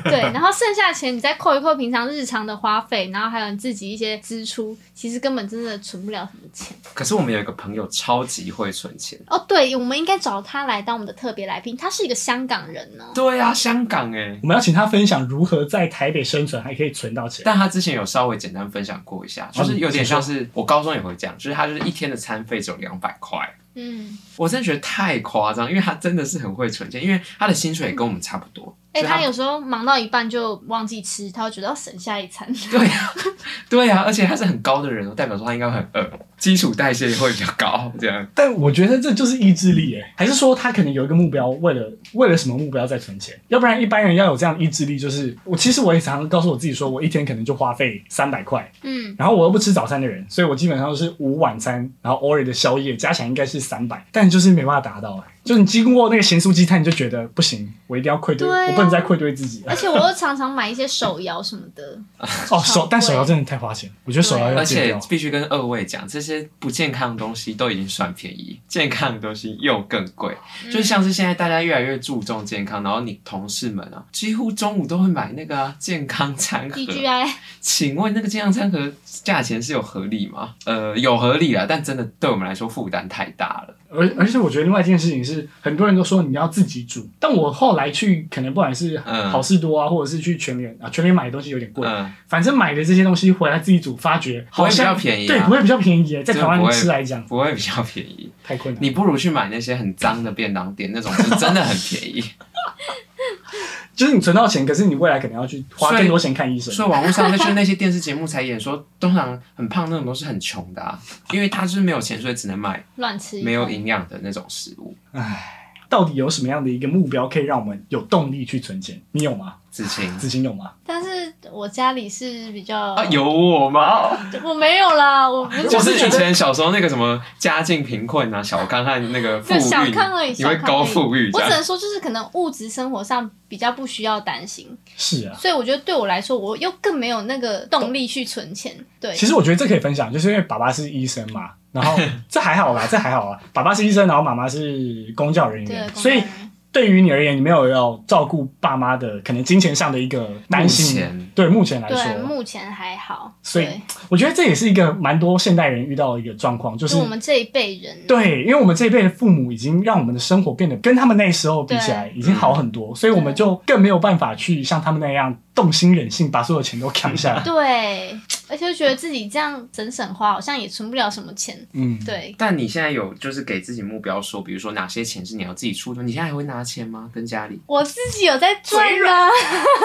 [SPEAKER 2] 对，然后剩下的钱你再扣一扣平常日常的花费，然后还有你自己一些支出，其实根本真的存不了什么钱。
[SPEAKER 3] 可是我们有一个朋友超级会存钱。
[SPEAKER 2] 哦，对，我们应该找他来当我们的特别来宾，他是一个香港人哦。
[SPEAKER 3] 对啊，香港哎，
[SPEAKER 1] 我们要请他分享如何在台北生存还可以存到钱。
[SPEAKER 3] 但他之前有稍微简单分享过一下，就是有点像是我高中也会这样，就是他就是一天的餐费只有两百块，
[SPEAKER 2] 嗯，
[SPEAKER 3] 我真的觉得太夸张，因为他真的是很会存钱，因为他的薪水也跟我们差不多。
[SPEAKER 2] 哎、
[SPEAKER 3] 所以
[SPEAKER 2] 他有时候忙到一半就忘记吃，他会觉得要省下一餐。
[SPEAKER 3] 对啊， 对啊，而且他是很高的人哦，代表说他应该会很饿，基础代谢会比较高，这样
[SPEAKER 1] 但我觉得这就是意志力，哎，还是说他可能有一个目标，为了为了什么目标在存钱？要不然一般人要有这样的意志力，就是我其实我也常常告诉我自己说，我一天可能就花费三百块，
[SPEAKER 2] 嗯，
[SPEAKER 1] 然后我又不吃早餐的人，所以我基本上是午晚餐，然后偶尔的宵夜，加起来应该是三百，但就是没办法达到，哎，就你经过那个咸酥鸡摊，你就觉得不行，我一定要愧对，
[SPEAKER 2] 对啊
[SPEAKER 1] 我不能再愧对自己了
[SPEAKER 2] 而。且我又常常买一些手摇什么的，
[SPEAKER 1] 哦，
[SPEAKER 2] 超
[SPEAKER 1] 手但手摇
[SPEAKER 2] 贵
[SPEAKER 1] 真的太花钱，我觉得手摇
[SPEAKER 2] 对
[SPEAKER 1] 要
[SPEAKER 3] 而
[SPEAKER 1] 戒
[SPEAKER 3] 且
[SPEAKER 1] 掉。
[SPEAKER 3] 必须跟二位讲，这些不健康的东西都已经算便宜， 健康的东西又更贵。就像是现在大家越来越注重健康，然后你同事们啊，几乎中午都会买那个、啊、健康餐盒。
[SPEAKER 2] DGI
[SPEAKER 3] 请问那个健康餐盒价钱是有合理吗？呃，有合理啦，但真的对我们来说负担太大了。
[SPEAKER 1] 而而且我觉得另外一件事情是，很多人都说你要自己煮，但我后来去可能不管是
[SPEAKER 3] 嗯
[SPEAKER 1] 好事多啊，或者是去全联啊，全联买的东西有点贵，
[SPEAKER 3] 嗯，
[SPEAKER 1] 反正买的这些东西回来自己煮，发觉好
[SPEAKER 3] 不会比较
[SPEAKER 1] 像
[SPEAKER 3] 便宜、啊，
[SPEAKER 1] 对不会比较便宜耶，在台
[SPEAKER 3] 真的不
[SPEAKER 1] 湾
[SPEAKER 3] 会
[SPEAKER 1] 吃来讲
[SPEAKER 3] 不会比较便宜。
[SPEAKER 1] 太困难。
[SPEAKER 3] 你不如去买那些很脏的便当店，那种是真的很便宜。
[SPEAKER 1] 就是你存到钱，可是你未来可能要去花
[SPEAKER 3] 所以
[SPEAKER 1] 更多钱看医生。
[SPEAKER 3] 所以网络上那些那些电视节目才演说，通常很胖那种都是很穷的啊，因为他就是没有钱，所以只能买
[SPEAKER 2] 乱吃一
[SPEAKER 3] 没有
[SPEAKER 2] 通
[SPEAKER 3] 营养的那种食物。
[SPEAKER 1] 唉，到底有什么样的一个目标可以让我们有动力去存钱？你有吗？
[SPEAKER 3] 子晴
[SPEAKER 1] 子晴有吗？
[SPEAKER 2] 但是我家里是比较，
[SPEAKER 3] 啊，有我吗？
[SPEAKER 2] 我没有啦， 我不是
[SPEAKER 3] 就
[SPEAKER 2] 我
[SPEAKER 3] 是
[SPEAKER 2] 觉
[SPEAKER 3] 以
[SPEAKER 2] 得
[SPEAKER 3] 前小时候那个什么家境贫困啊，小康和那个富
[SPEAKER 2] 对小
[SPEAKER 3] 裕
[SPEAKER 2] 康而已，，
[SPEAKER 3] 你
[SPEAKER 2] 小
[SPEAKER 3] 会
[SPEAKER 2] 康
[SPEAKER 3] 高
[SPEAKER 2] 而已
[SPEAKER 3] 富裕这
[SPEAKER 2] 我只
[SPEAKER 3] 样。
[SPEAKER 2] 能说，就是可能物质生活上比较不需要担心，
[SPEAKER 1] 是啊。
[SPEAKER 2] 所以我觉得对我来说，我又更没有那个动力去存钱。对，
[SPEAKER 1] 其实我觉得这可以分享，就是因为爸爸是医生嘛，然 后这还好啦，这还好啦。啊爸爸是医生，然后妈妈是公教人
[SPEAKER 2] 对
[SPEAKER 1] 员，，所以对于你而言，你没有要照顾爸妈的可能金钱上的一个担
[SPEAKER 3] 目
[SPEAKER 1] 心
[SPEAKER 3] 前。
[SPEAKER 1] 对，目前来
[SPEAKER 2] 对
[SPEAKER 1] 说，
[SPEAKER 2] 目前还好，
[SPEAKER 1] 所以
[SPEAKER 2] 对
[SPEAKER 1] 我觉得这也是一个蛮多现代人遇到的一个状况，就是
[SPEAKER 2] 就我们这一辈人，
[SPEAKER 1] 对，因为我们这一辈的父母已经让我们的生活变得跟他们那时候比起来已经好很多，所以我们就更没有办法去像他们那样动心忍性，把所有钱都扛下来。
[SPEAKER 2] 对，而且就觉得自己这样整省花，好像也存不了什么钱。
[SPEAKER 1] 嗯，
[SPEAKER 2] 对，？
[SPEAKER 3] 但你现在有就是给自己目标说，比如说哪些钱是你要自己出的？你现在还会拿钱吗？跟家里
[SPEAKER 2] 我自己有在赚
[SPEAKER 1] 嘴
[SPEAKER 2] 啊，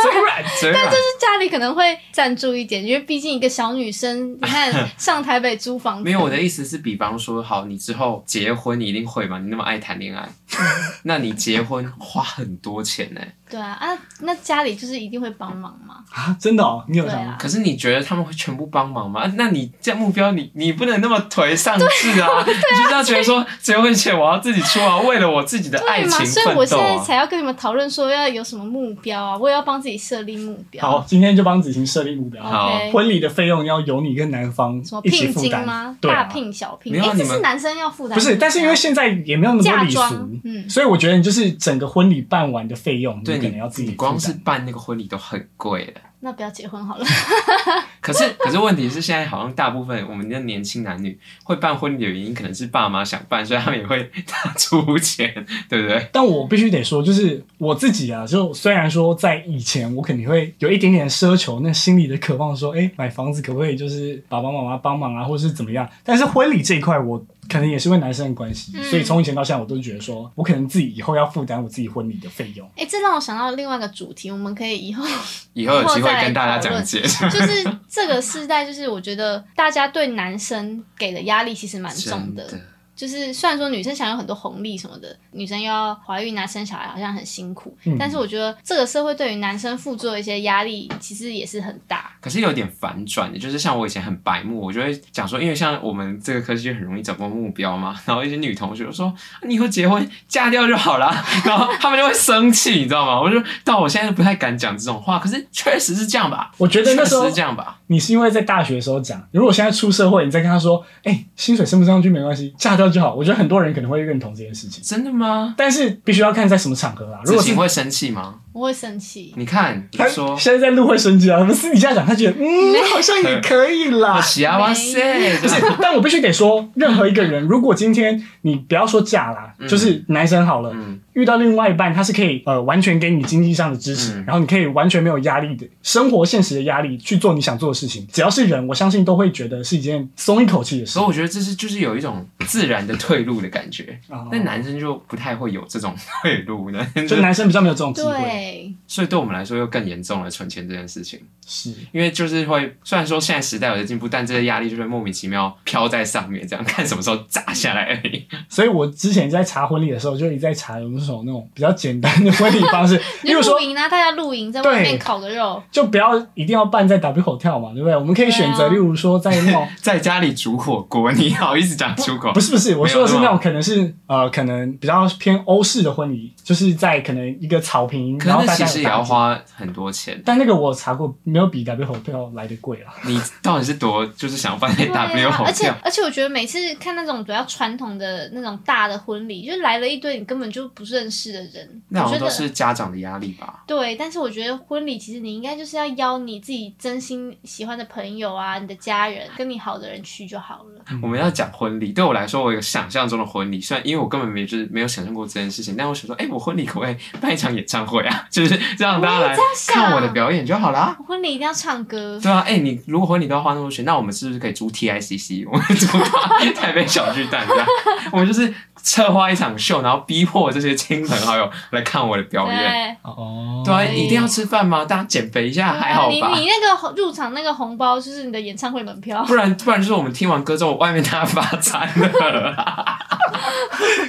[SPEAKER 1] 嘴 软。
[SPEAKER 3] 但就是
[SPEAKER 2] 但家里可能会赞助一点，因为毕竟一个小女生，你 看上台北租房子，
[SPEAKER 3] 没有我的意思是，比方说，好，你之后结婚，你一定会嘛？你那么爱谈恋爱，
[SPEAKER 2] 嗯
[SPEAKER 3] 那你结婚花很多钱呢、
[SPEAKER 2] 对啊啊，那家里就是一定会帮忙嘛。
[SPEAKER 1] 啊，真的哦，你有
[SPEAKER 2] 对
[SPEAKER 1] 想
[SPEAKER 2] 啊
[SPEAKER 1] 吗？
[SPEAKER 3] 可是你觉得他们会全部帮忙吗？啊那你这样目标你，你不能那么颓丧志啊！你就是要觉得说，结婚前我要自己出啊，为了我自己的爱
[SPEAKER 2] 对嘛，
[SPEAKER 3] 情
[SPEAKER 2] 所以我
[SPEAKER 3] 奋
[SPEAKER 2] 现
[SPEAKER 3] 斗
[SPEAKER 2] 在
[SPEAKER 3] 啊！
[SPEAKER 2] 才要跟你们讨论说要有什么目标啊，我也要帮自己设立目标。
[SPEAKER 1] 好，今天就帮子晴设立目标，
[SPEAKER 3] 好
[SPEAKER 2] OK
[SPEAKER 1] 婚礼的费用要由你跟男方
[SPEAKER 2] 什么
[SPEAKER 1] 一起
[SPEAKER 2] 聘
[SPEAKER 1] 负
[SPEAKER 2] 金
[SPEAKER 1] 担
[SPEAKER 2] 吗？
[SPEAKER 1] 对
[SPEAKER 2] 大
[SPEAKER 1] 啊，
[SPEAKER 2] 聘小聘，
[SPEAKER 3] 没有啊
[SPEAKER 2] 哎，这
[SPEAKER 3] 你
[SPEAKER 2] 是
[SPEAKER 3] 们
[SPEAKER 2] 男生要负担。啊
[SPEAKER 1] 不是，但是因为现在也没有那么多
[SPEAKER 2] 嫁
[SPEAKER 1] 礼
[SPEAKER 2] 妆
[SPEAKER 1] 俗，，
[SPEAKER 2] 嗯，
[SPEAKER 1] 所以我觉得你就是整个婚礼办完的费用，你
[SPEAKER 3] 对
[SPEAKER 1] 可
[SPEAKER 3] 你
[SPEAKER 1] 能要自己
[SPEAKER 3] 你
[SPEAKER 1] 负
[SPEAKER 3] 光是
[SPEAKER 1] 担
[SPEAKER 3] 办那个婚礼都很贵了。
[SPEAKER 2] 那不要结婚好了。
[SPEAKER 3] 可是，可是问题是，现在好像大部分我们的年轻男女会办婚礼的原因，可能是爸妈想办，所以他们也会他出钱，对不对？
[SPEAKER 1] 但我必须得说，就是我自己啊，就虽然说在以前我肯定会有一点点奢求，那心里的渴望说，哎、买房子可不可以就是爸爸妈妈帮忙啊，或者是怎么样？但是婚礼这一块，我可能也是因为男生的关系，
[SPEAKER 2] 嗯
[SPEAKER 1] 所以从以前到现在，我都觉得说我可能自己以后要负担我自己婚礼的费用。
[SPEAKER 2] 哎，这让我想到另外一个主题，我们可以以后
[SPEAKER 3] 以后有机会跟大家讲解。
[SPEAKER 2] 就是这个时代，就是我觉得大家对男生给的压力其实蛮重
[SPEAKER 3] 真
[SPEAKER 2] 的。
[SPEAKER 3] 的，
[SPEAKER 2] 就是虽然说女生享有很多红利什么的，女生又要怀孕啊、生小孩，好像很辛苦。
[SPEAKER 1] 嗯
[SPEAKER 2] 但是我觉得这个社会对于男生付出的一些压力，其实也是很大。
[SPEAKER 3] 可是有点反转的，就是像我以前很白目，我就会讲说，因为像我们这个科系就很容易找不到目标嘛，然后一些女同学就说，啊你以后结婚嫁掉 就好啦，然后他们就会生气，你知道吗？我就到我现在都不太敢讲这种话，可是确实是这样吧，
[SPEAKER 1] 我觉得那
[SPEAKER 3] 确
[SPEAKER 1] 时
[SPEAKER 3] 实
[SPEAKER 1] 候
[SPEAKER 3] 是这样吧。
[SPEAKER 1] 你是因为在大学的时候讲，如果现在出社会，你再跟他说，哎、薪水升不上去没关系，嫁掉就好。我觉得很多人可能会认同这件事情，
[SPEAKER 3] 真的吗？
[SPEAKER 1] 但是必须要看在什么场合啊。如
[SPEAKER 3] 子
[SPEAKER 1] 果是
[SPEAKER 3] 晴会生气吗？
[SPEAKER 2] 我会生气，
[SPEAKER 1] 嗯
[SPEAKER 3] 你看，你
[SPEAKER 1] 他
[SPEAKER 3] 说
[SPEAKER 1] 现在在录会升级啊，我们私底下讲，他觉得嗯，好像也可以 啦。
[SPEAKER 3] 喜啊哇塞，
[SPEAKER 1] 不
[SPEAKER 3] 就是是，
[SPEAKER 1] 但我必须得说，任何一个人，如果今天你不要说嫁啦，
[SPEAKER 3] 嗯
[SPEAKER 1] 就是男生好了，
[SPEAKER 3] 嗯，
[SPEAKER 1] 遇到另外一半，他是可以呃完全给你经济上的支持，
[SPEAKER 3] 嗯
[SPEAKER 1] 然后你可以完全没有压力的生活现实的压力去做你想做的事情。只要是人，我相信都会觉得是一件松一口气的事
[SPEAKER 3] 所以。我觉得这是就是有一种自然的退路的感觉
[SPEAKER 1] 哦，
[SPEAKER 3] 但男生就不太会有这种 退路，男生
[SPEAKER 1] 就
[SPEAKER 3] 就
[SPEAKER 1] 男生比较没有这种机会，
[SPEAKER 2] 对，
[SPEAKER 3] 所以对我们来说又更严重了存钱这件事情，
[SPEAKER 1] 是
[SPEAKER 3] 因为就是会虽然说现在时代有在进步，但这些压力就会莫名其妙飘在上面，这样看什么时候砸下来而已。
[SPEAKER 1] 所以我之前在查婚礼的时候，就一直在查有没有什么那种比较简单的婚礼方 式，
[SPEAKER 2] 你
[SPEAKER 1] 例
[SPEAKER 2] 就
[SPEAKER 1] 如说
[SPEAKER 2] 露营啊，大家露营在外
[SPEAKER 1] 对
[SPEAKER 2] 面烤个肉，
[SPEAKER 1] 就不要一定要办在 W Hotel 嘛，对不对？我们可以选择，
[SPEAKER 2] 对啊
[SPEAKER 1] 例如说在那种
[SPEAKER 3] 在家里煮火锅，你好意思讲出口
[SPEAKER 1] 不？是不是，我说的是
[SPEAKER 3] 没
[SPEAKER 1] 那
[SPEAKER 3] 有
[SPEAKER 1] 种可能是呃，可能比较偏欧式的婚礼，就是在可能一个草坪，
[SPEAKER 3] 可
[SPEAKER 1] 然后
[SPEAKER 3] 是
[SPEAKER 1] 大
[SPEAKER 3] 那
[SPEAKER 1] 家
[SPEAKER 3] 其
[SPEAKER 1] 有
[SPEAKER 3] 实也
[SPEAKER 1] 大
[SPEAKER 3] 要
[SPEAKER 1] 桌。
[SPEAKER 3] 花很多钱，
[SPEAKER 1] 但那个我查过，没有比 W Hotel 来的贵啊。
[SPEAKER 3] 你到底是多就是想放在
[SPEAKER 2] 对
[SPEAKER 3] W
[SPEAKER 2] 啊，
[SPEAKER 3] 好
[SPEAKER 2] 而且
[SPEAKER 3] 跳？
[SPEAKER 2] 而且我觉得每次看那种比较传统的那种大的婚礼，就来了一堆你根本就不认识的人，
[SPEAKER 3] 那
[SPEAKER 2] 我
[SPEAKER 3] 好
[SPEAKER 2] 觉
[SPEAKER 3] 像
[SPEAKER 2] 得
[SPEAKER 3] 都是家长的压力吧？
[SPEAKER 2] 对，但是我觉得婚礼其实你应该就是要邀你自己真心喜欢的朋友啊，你的家人，跟你好的人去就好了。
[SPEAKER 3] 我们要讲婚礼，对我来说，我有想象中的婚礼，虽然因为我根本没就是没有想象过这件事情，但我想说，哎、我婚礼可不可以办一场演唱会啊？ 就是让大家来
[SPEAKER 2] 这样想
[SPEAKER 3] 看我的表演就好啦。
[SPEAKER 2] 婚礼一定要唱歌，
[SPEAKER 3] 对啊，哎、你如果婚礼都要花那么多钱，那我们是不是可以租 TICC？我们租大台北小巨蛋这 样，我们就是策划一场秀，然后逼迫这些亲朋好友来看我的表演。
[SPEAKER 2] 对，
[SPEAKER 1] 哦
[SPEAKER 3] 对啊，
[SPEAKER 2] 以
[SPEAKER 3] 一定要吃饭吗？大家减肥一下还好
[SPEAKER 2] 你
[SPEAKER 3] 吧？
[SPEAKER 2] 你那个入场那个红包就是你的演唱会门票，
[SPEAKER 3] 不然不然就是我们听完歌之后，外面大家发餐了。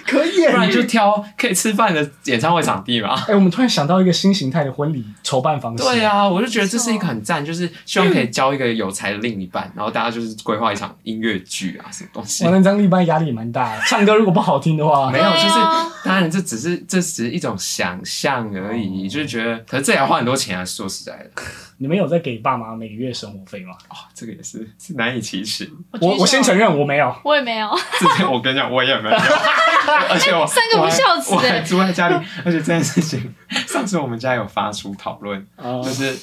[SPEAKER 1] 可以耶。
[SPEAKER 3] 不 然就挑可以吃饭的演唱会场地嘛。
[SPEAKER 1] 哎，我们突然想到一个新形态的婚礼筹办方式。
[SPEAKER 3] 对，啊，我就觉得这是一个很赞，就是希望可以交一个有才的另一半，然后大家就是规划一场音乐剧啊，什么东西
[SPEAKER 1] 完。了张力班压力也蛮大，唱歌如果不好听的话
[SPEAKER 3] 没，有，
[SPEAKER 2] 对
[SPEAKER 3] 就是
[SPEAKER 2] 啊
[SPEAKER 3] 当然这只是这只是一种想象而已，
[SPEAKER 1] 哦
[SPEAKER 3] 就是觉得，可是这也要花很多钱啊。说实在的，
[SPEAKER 1] 你们有在给爸妈每个月生活费吗？
[SPEAKER 3] 哦，这个也是是难以启齿。
[SPEAKER 1] 我我先承
[SPEAKER 2] 认，
[SPEAKER 1] 认我没有，
[SPEAKER 2] 我也没 有，
[SPEAKER 3] 之前我跟你讲，我也 没有，而且我
[SPEAKER 2] 三个不孝子
[SPEAKER 3] 我还我还
[SPEAKER 2] 欸
[SPEAKER 3] 住在家里，而且这件事情， 上次我们家有发出讨论，
[SPEAKER 1] 哦
[SPEAKER 3] 就是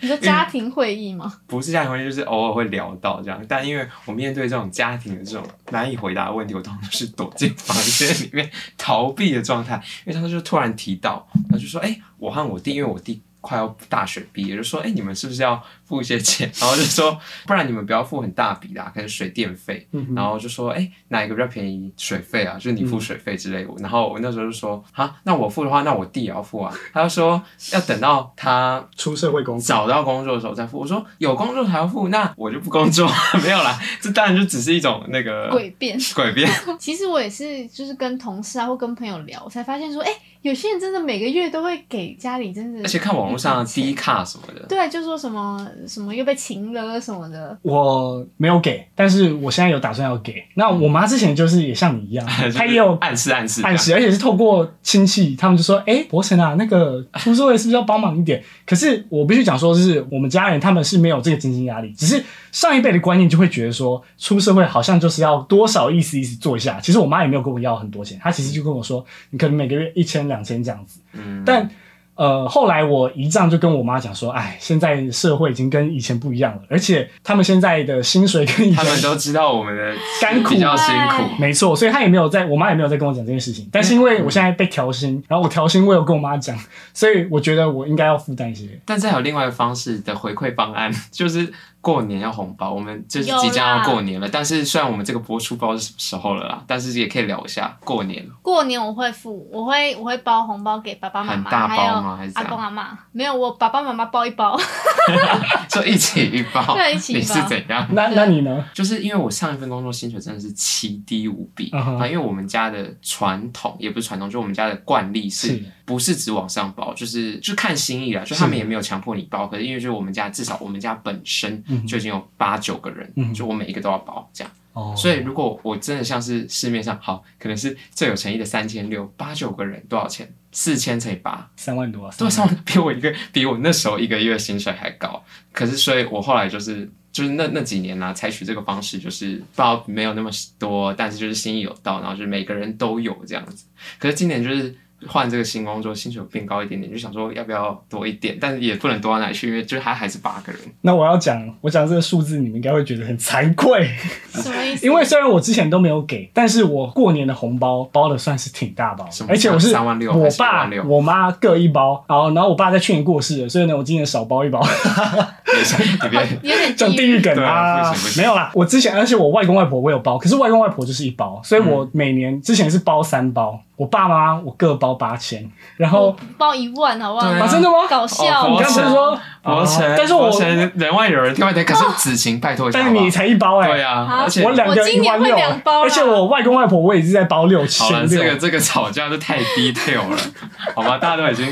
[SPEAKER 2] 你说家庭会议吗？
[SPEAKER 3] 不是家庭婚姻，就是偶尔会聊到这样。但因为我面对这种家庭的这种难以回答的问题，我通常都是躲进房间里面逃避的状态。因为他就突然提到，然后就说：“哎、我和我弟，因为我弟。”快要大学毕业，就说：“哎、你们是不是要付一些钱？”然后就说：“不然你们不要付很大笔啦，可能水电费。”
[SPEAKER 1] 嗯哼
[SPEAKER 3] 然后就说：“哎、哪一个比较便宜？水费啊，就是你付水费之类的。然后我那时候就说：“啊，那我付的话，那我弟也要付啊。”他就说：“要等到他
[SPEAKER 1] 出社会工作，
[SPEAKER 3] 找到工作的时候再付。我说有工作才要付，那我就不工作， 没有啦。这当然就只是一种那个
[SPEAKER 2] 诡辩。
[SPEAKER 3] 诡辩，
[SPEAKER 2] 其实我也是，就是跟同事啊或跟朋友聊，我才发现说，哎、有些人真的每个月都会给家里真的，
[SPEAKER 3] 而且看网络上的低卡什么的，
[SPEAKER 2] 对，就说什么什么又被擒了什么的，
[SPEAKER 1] 我没有给，但是我现在有打算要给。那我妈之前 就是也像你一样，她也有
[SPEAKER 3] 暗示暗示
[SPEAKER 1] 暗示，而且是透过亲戚，他们就说：“哎、伯承啊，那个出社会是不是要帮忙一点？”可是我必须讲说，就是我们家人他们是没有这个经济压力，只是上一辈的观念就会觉得说，出社会好像就是要多少意思意思做一下。其实我妈也没有跟我要很多钱，她其实就跟我说，你可能每个月一千两千这样子。
[SPEAKER 3] 嗯，
[SPEAKER 1] 但呃，后来我姨丈就跟我妈讲说：“哎，现在社会已经跟以前不一样了，而且他们现在的薪水跟以
[SPEAKER 3] 他
[SPEAKER 1] 前
[SPEAKER 3] 们都知道我们的
[SPEAKER 1] 甘苦
[SPEAKER 3] 比较辛苦
[SPEAKER 2] 哎，
[SPEAKER 1] 没错，所以他也没有在，我妈也没有在跟我讲这件事情。但是因为我现在被调薪，然后我调薪，我有跟我妈讲，所以我觉得我应该要负担一些。
[SPEAKER 3] 但这还有另外一个方式的回馈方案， 就是过年要红包，我们就是
[SPEAKER 2] 有啦
[SPEAKER 3] 即将要过年了。但是虽然我们这个播出不知道是什么时候了啦，但是也可以聊一下过年。
[SPEAKER 2] 过年我会付，我会我会包红包给爸爸妈
[SPEAKER 3] 很
[SPEAKER 2] 妈，
[SPEAKER 3] 大
[SPEAKER 2] 还
[SPEAKER 3] 包吗还
[SPEAKER 2] 有
[SPEAKER 3] 是怎
[SPEAKER 2] 阿
[SPEAKER 3] 样
[SPEAKER 2] 公阿妈。没有，我爸爸妈妈包一包。
[SPEAKER 3] 就一起一包，
[SPEAKER 2] 对一起一包
[SPEAKER 3] 你是怎样？
[SPEAKER 1] 那那你呢？
[SPEAKER 3] 就是因为我上一份工作薪水真的是奇低无比，
[SPEAKER 1] 嗯
[SPEAKER 3] 啊、
[SPEAKER 1] 哼
[SPEAKER 3] 因为我们家的传统也不是传统，就我们家的惯例是，
[SPEAKER 1] 是
[SPEAKER 3] 不是只往上报，就是就看心意啦，就他们
[SPEAKER 1] 是
[SPEAKER 3] 也没有强迫你报，可是因为就是我们家至少我们家本身
[SPEAKER 1] 嗯哼
[SPEAKER 3] 就已经有八九个人，
[SPEAKER 1] 嗯哼
[SPEAKER 3] 就我每一个都要报这样，
[SPEAKER 1] 哦
[SPEAKER 3] 所以如果我真的像是市面上好，可能是最有诚意的三千六，八九个人多少钱？四千乘以八，
[SPEAKER 1] 三万多啊，三
[SPEAKER 3] 对，上
[SPEAKER 1] 万
[SPEAKER 3] 面比我一个比我那时候一个月薪水还高。可是，所以我后来就是就是那那几年啦、啊采取这个方式，就是报没有那么多，但是就是心意有到，然后就是每个人都有这样子。可是今年就是。换这个新工作，薪水有变高一点点，就想说要不要多一点，但是也不能多到哪里去，因为就是他还是八个人，
[SPEAKER 1] 那我要讲，我讲这个数字，你们应该会觉得很惭 愧，
[SPEAKER 2] 什么意思？
[SPEAKER 1] 因为虽然我之前都没有给，但是我过年的红包包的算是挺大包
[SPEAKER 3] 什，么
[SPEAKER 1] 而且我是
[SPEAKER 3] 三万六
[SPEAKER 1] 我
[SPEAKER 3] 还是五
[SPEAKER 1] 爸
[SPEAKER 3] 万六
[SPEAKER 1] 我妈各一包，然后然后我爸在去年过世了，所以呢，我今年少包一包。
[SPEAKER 3] 你别
[SPEAKER 2] 有点
[SPEAKER 1] 讲地狱梗
[SPEAKER 3] 对
[SPEAKER 1] 啊
[SPEAKER 3] 啊不行不，行
[SPEAKER 1] 没有啦。我之前，而且我外公外婆我有包，可是外公外婆就是一包，所以
[SPEAKER 3] 嗯
[SPEAKER 1] 我每年之前是包三包，我爸妈我各包八千，然
[SPEAKER 2] 我
[SPEAKER 1] 后
[SPEAKER 2] 包一万好不好？
[SPEAKER 3] 对啊
[SPEAKER 1] 真的吗
[SPEAKER 2] 搞笑
[SPEAKER 3] 哦
[SPEAKER 1] 你
[SPEAKER 3] 我
[SPEAKER 1] 刚不是说，
[SPEAKER 3] 博成，
[SPEAKER 1] 啊但是我
[SPEAKER 3] 博成人外有人，天外有人。可是子晴，拜托一下
[SPEAKER 1] 但
[SPEAKER 3] 好
[SPEAKER 1] 是
[SPEAKER 3] 不好，
[SPEAKER 1] 你才一包哎、
[SPEAKER 3] 对啊，
[SPEAKER 2] 好
[SPEAKER 3] 而且
[SPEAKER 1] 我两个
[SPEAKER 2] 我今年
[SPEAKER 1] 一万六
[SPEAKER 2] 会两包啦啊
[SPEAKER 1] 而且我外公外婆我也是在包六
[SPEAKER 3] 好了，
[SPEAKER 1] 千
[SPEAKER 3] 这个
[SPEAKER 1] 六，
[SPEAKER 3] 这个吵架都太 detail 了，好吧，大家都已经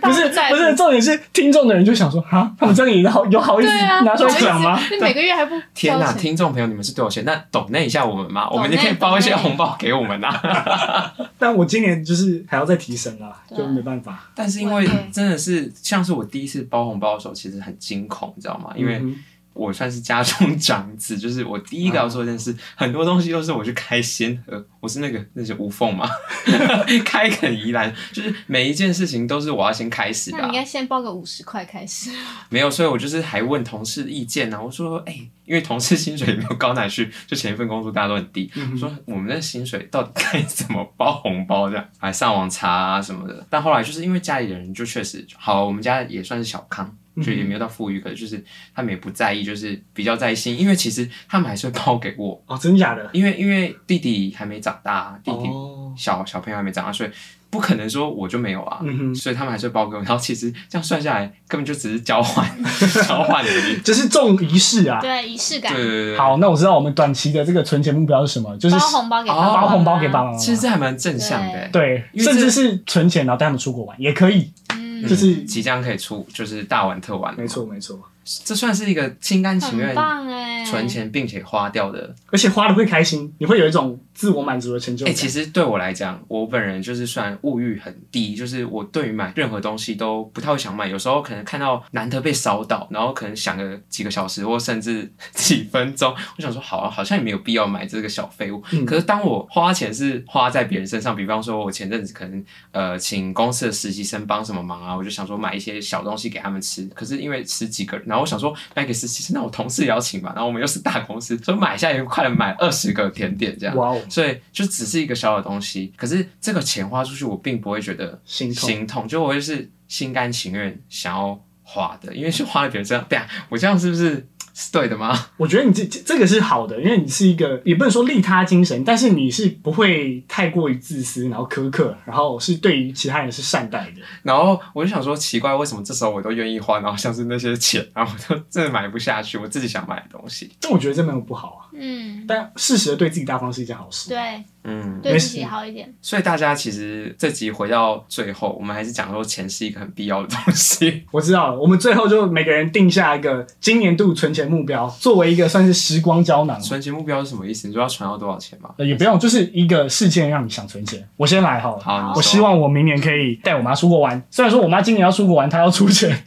[SPEAKER 1] 不是
[SPEAKER 2] 在乎
[SPEAKER 1] 不是，重点是听众的人就想说哈，他们这里好有好意思
[SPEAKER 2] 对啊，
[SPEAKER 1] 拿出来讲吗
[SPEAKER 2] 好意？ 思你每个月还不
[SPEAKER 3] 天呐，
[SPEAKER 2] 交钱
[SPEAKER 3] 听众朋友，你们是对我钱，那懂那一下我们吗？
[SPEAKER 2] 抖内
[SPEAKER 3] 我们也可以包一些红包给我们 啊。
[SPEAKER 1] 但我今年就是还要再提升啦，
[SPEAKER 2] 对啊
[SPEAKER 1] 就没办法，
[SPEAKER 3] 但是因为
[SPEAKER 2] 对
[SPEAKER 3] 真的是，像是我第一次包红包的时候，其实很惊恐，你知道吗？因为
[SPEAKER 1] 嗯哼
[SPEAKER 3] 我算是家中长子， 就是我第一个要做的事，很多东西都是我去开先河，我是那个那是无缝嘛， 开垦宜兰，就是每一件事情都是我要先开始的
[SPEAKER 2] 那你
[SPEAKER 3] 啊、
[SPEAKER 2] 应该先包个五十块开始，
[SPEAKER 3] 没有，所以我就是还问同事意见呢、我说，哎、因为同事薪水也没有高哪去，就前一份工作大家都很低，
[SPEAKER 1] 嗯哼
[SPEAKER 3] 我说我们的薪水到底该怎么包红包这样， 还上网查啊什么的。但后来就是因为家里的人就确实好，我们家也算是小康，就也
[SPEAKER 1] 嗯
[SPEAKER 3] 没有到富裕，可是就是他们也不在意，就是比较在心，因为其实他们还是会包给我，
[SPEAKER 1] 哦，真假的
[SPEAKER 3] 因为因为弟弟还没长大，啊弟弟
[SPEAKER 1] 哦，
[SPEAKER 3] 小小朋友还没长大，所以不可能说我就没有啊。
[SPEAKER 1] 嗯哼，
[SPEAKER 3] 所以他们还是会包给我，然后其实这样算下来，根本就只是交换， 交换而已。
[SPEAKER 1] 这是重仪式啊。
[SPEAKER 2] 对，仪式
[SPEAKER 3] 对
[SPEAKER 2] 感
[SPEAKER 3] 对。对，对
[SPEAKER 1] 好，，那我知道我们短期的这个存钱目标是什么，就是哦
[SPEAKER 2] 包红包给爸啊爸妈妈，
[SPEAKER 1] 包红包给爸爸妈
[SPEAKER 3] 其实
[SPEAKER 1] 妈，
[SPEAKER 3] 这还蛮正向的欸。
[SPEAKER 1] 对，
[SPEAKER 3] 因为
[SPEAKER 1] 甚
[SPEAKER 3] 这
[SPEAKER 1] 至是存钱然后带他们出国玩也可以，
[SPEAKER 2] 嗯，
[SPEAKER 3] 嗯
[SPEAKER 1] 就是
[SPEAKER 3] 即将可以出，就是大玩特玩，
[SPEAKER 1] 没，错没错，
[SPEAKER 3] 这算是一个心甘情
[SPEAKER 2] 很
[SPEAKER 3] 愿
[SPEAKER 2] 棒哎，
[SPEAKER 3] 存钱并且花掉的。
[SPEAKER 1] 而且花了会开心，你会有一种自我满足的成就
[SPEAKER 3] 哎、
[SPEAKER 1] 感。
[SPEAKER 3] 其实对我来讲，我本人就是算物欲很低，就是我对于买任何东西都不太会想买，有时候可能看到难得被烧到，然后可能想个几个小时或甚至 几分钟，我想说好、啊，好像也没有必要买这个小废物。
[SPEAKER 1] 嗯
[SPEAKER 3] 可是当我花钱是花在别人身上，比方说我前阵子可能呃请公司的实习生帮什么忙啊，我就想说买一些小东西给他们吃。可是因为十几个人，然后我想说买给实习生，那我同事也要请吧，然后我们又是大公司，所以买下来就快点买二十个甜点这样。
[SPEAKER 1] 哇哦，
[SPEAKER 3] 所以就只是一个小小的东西，可是这个钱花出去，我并不会觉得
[SPEAKER 1] 心痛
[SPEAKER 3] 心痛，就我就是心甘情愿想要花的，因为是花在别人身上。对啊，我这样 是不是是对的吗？
[SPEAKER 1] 我觉得你这这这个是好的，因为你是一个也不能说利他精神，但是你是不会太过于自私，然后苛刻，然后是对于其他人是善待的。
[SPEAKER 3] 然后我就想说，奇怪，为什么这时候我都愿意花，然后像是那些钱啊，我都真的买不下去我自己想买的东西。
[SPEAKER 1] 但我觉得这没有不好啊，
[SPEAKER 2] 嗯，
[SPEAKER 1] 但适时的对自己大方是一件好事。，
[SPEAKER 2] 对，
[SPEAKER 3] 嗯，
[SPEAKER 2] 对
[SPEAKER 1] 没
[SPEAKER 2] 自
[SPEAKER 1] 事
[SPEAKER 2] 己好一点。
[SPEAKER 3] 所以大家其实这集回到最后，我们还是讲说钱是一个很必要的东 西。
[SPEAKER 1] 我知道了。我们最后就每个人定下一个今年度存钱目标，作为一个算是时光胶囊。
[SPEAKER 3] 存钱目标是什么意思？你说要存到多少钱吗？
[SPEAKER 1] 呃也不用，就是一个事件让你想存钱。我先来好了。
[SPEAKER 3] 好，你
[SPEAKER 1] 我
[SPEAKER 3] 说
[SPEAKER 1] 希望我明年可以带我妈出国玩。虽然说我妈今年要出国玩，她要出 钱，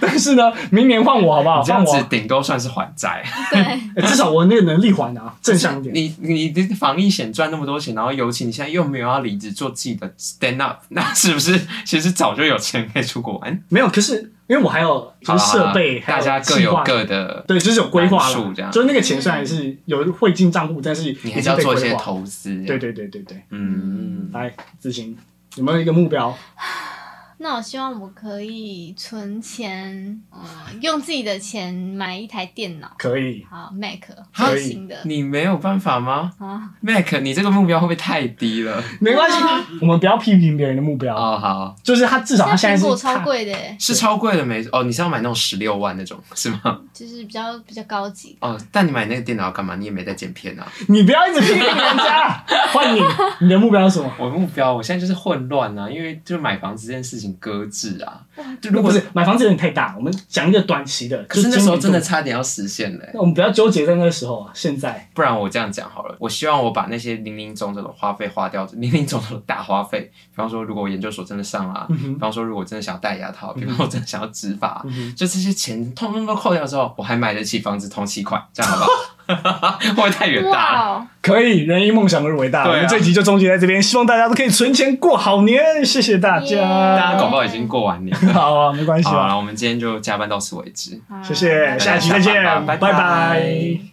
[SPEAKER 1] 但是呢，明年换我好不好？
[SPEAKER 3] 你这
[SPEAKER 1] 换
[SPEAKER 3] 样
[SPEAKER 1] 我
[SPEAKER 3] 子，顶多算是还债。
[SPEAKER 2] 对，
[SPEAKER 1] 欸至少我那个能力还啊，正向一点。
[SPEAKER 3] 你你的防疫险赚那么多钱，然后尤其你现在又没有要离职做自己的 stand up，那 是不是其实早就有钱可以出国玩？
[SPEAKER 1] 没有，可是因为我还有就
[SPEAKER 3] 好啦
[SPEAKER 1] 是设备，
[SPEAKER 3] 大
[SPEAKER 1] 还
[SPEAKER 3] 家各
[SPEAKER 1] 计
[SPEAKER 3] 有
[SPEAKER 1] 划，
[SPEAKER 3] 各的，
[SPEAKER 1] 对，就是有规划
[SPEAKER 3] 人数这
[SPEAKER 1] 了。
[SPEAKER 3] 样
[SPEAKER 1] 就是那个钱虽然是有汇进账户，但是
[SPEAKER 3] 你
[SPEAKER 1] 已
[SPEAKER 3] 还
[SPEAKER 1] 经
[SPEAKER 3] 是要
[SPEAKER 1] 被
[SPEAKER 3] 做一些
[SPEAKER 1] 规划。
[SPEAKER 3] 投资。
[SPEAKER 1] 对，对对对对，
[SPEAKER 3] 嗯，
[SPEAKER 1] 来自行有没有一个目标？
[SPEAKER 2] 那我希望我可以存钱，嗯，用自己的钱买一台电脑，
[SPEAKER 1] 可以，
[SPEAKER 2] 好 Mac
[SPEAKER 1] 可以
[SPEAKER 2] 最新的
[SPEAKER 3] 你没有办法吗
[SPEAKER 2] 啊，
[SPEAKER 3] ？Mac，你这个目标会不会太低了？
[SPEAKER 1] 没关系，我们不要批评别人的目标，
[SPEAKER 3] 哦，好，
[SPEAKER 1] 就是他至少他现在
[SPEAKER 2] 苹果
[SPEAKER 1] 是
[SPEAKER 2] 超
[SPEAKER 1] 看，
[SPEAKER 2] 贵的欸耶，
[SPEAKER 3] 是超贵的没？哦，你是要买那种十六万那种是吗？
[SPEAKER 2] 就是比较比较高级。
[SPEAKER 3] 哦，但你买那个电脑干嘛？你也没在剪片啊。
[SPEAKER 1] 你不要一直批评人 家。换你，你的目标是什么？
[SPEAKER 3] 我的目标，我现在就是混乱啊，因为就买房子这件事情搁置啊。就
[SPEAKER 1] 如
[SPEAKER 3] 如
[SPEAKER 1] 果
[SPEAKER 3] 果
[SPEAKER 1] 是买房子有点太大，我们讲一个短期的。
[SPEAKER 3] 可是那时候真的
[SPEAKER 1] 就今年度，
[SPEAKER 3] 差点要实现了欸、
[SPEAKER 1] 那我们不要纠结在那个时候啊，现在。
[SPEAKER 3] 不然我这样讲好了，我希望我把那些零零总总的花费花掉，零零总总的大花费，比方说如果我研究所真的上了、啊，
[SPEAKER 1] 嗯
[SPEAKER 3] 比
[SPEAKER 1] 哼
[SPEAKER 3] 方说如果我真的想要戴牙套，比
[SPEAKER 1] 嗯
[SPEAKER 3] 方说我真的想要植发啊，
[SPEAKER 1] 嗯哼，
[SPEAKER 3] 就这些钱通通都扣掉之后，我还买得起房子同期款，这样好不 好？会不会太远大了？
[SPEAKER 2] 哇哦，
[SPEAKER 1] 可以，人因梦想而伟大。
[SPEAKER 3] 对啊
[SPEAKER 1] 我们这集就终结在这边，希望大家都可以存钱过好年，谢谢大家。
[SPEAKER 2] 耶
[SPEAKER 3] 大家搞不好已经过 完年了。
[SPEAKER 1] 好啊，没关系
[SPEAKER 3] 好
[SPEAKER 1] 啊，
[SPEAKER 3] 了，我们今天就加班到此为止。
[SPEAKER 2] 好
[SPEAKER 1] 谢谢，
[SPEAKER 2] 拜拜
[SPEAKER 1] 下期再见，
[SPEAKER 3] 拜拜
[SPEAKER 1] 拜拜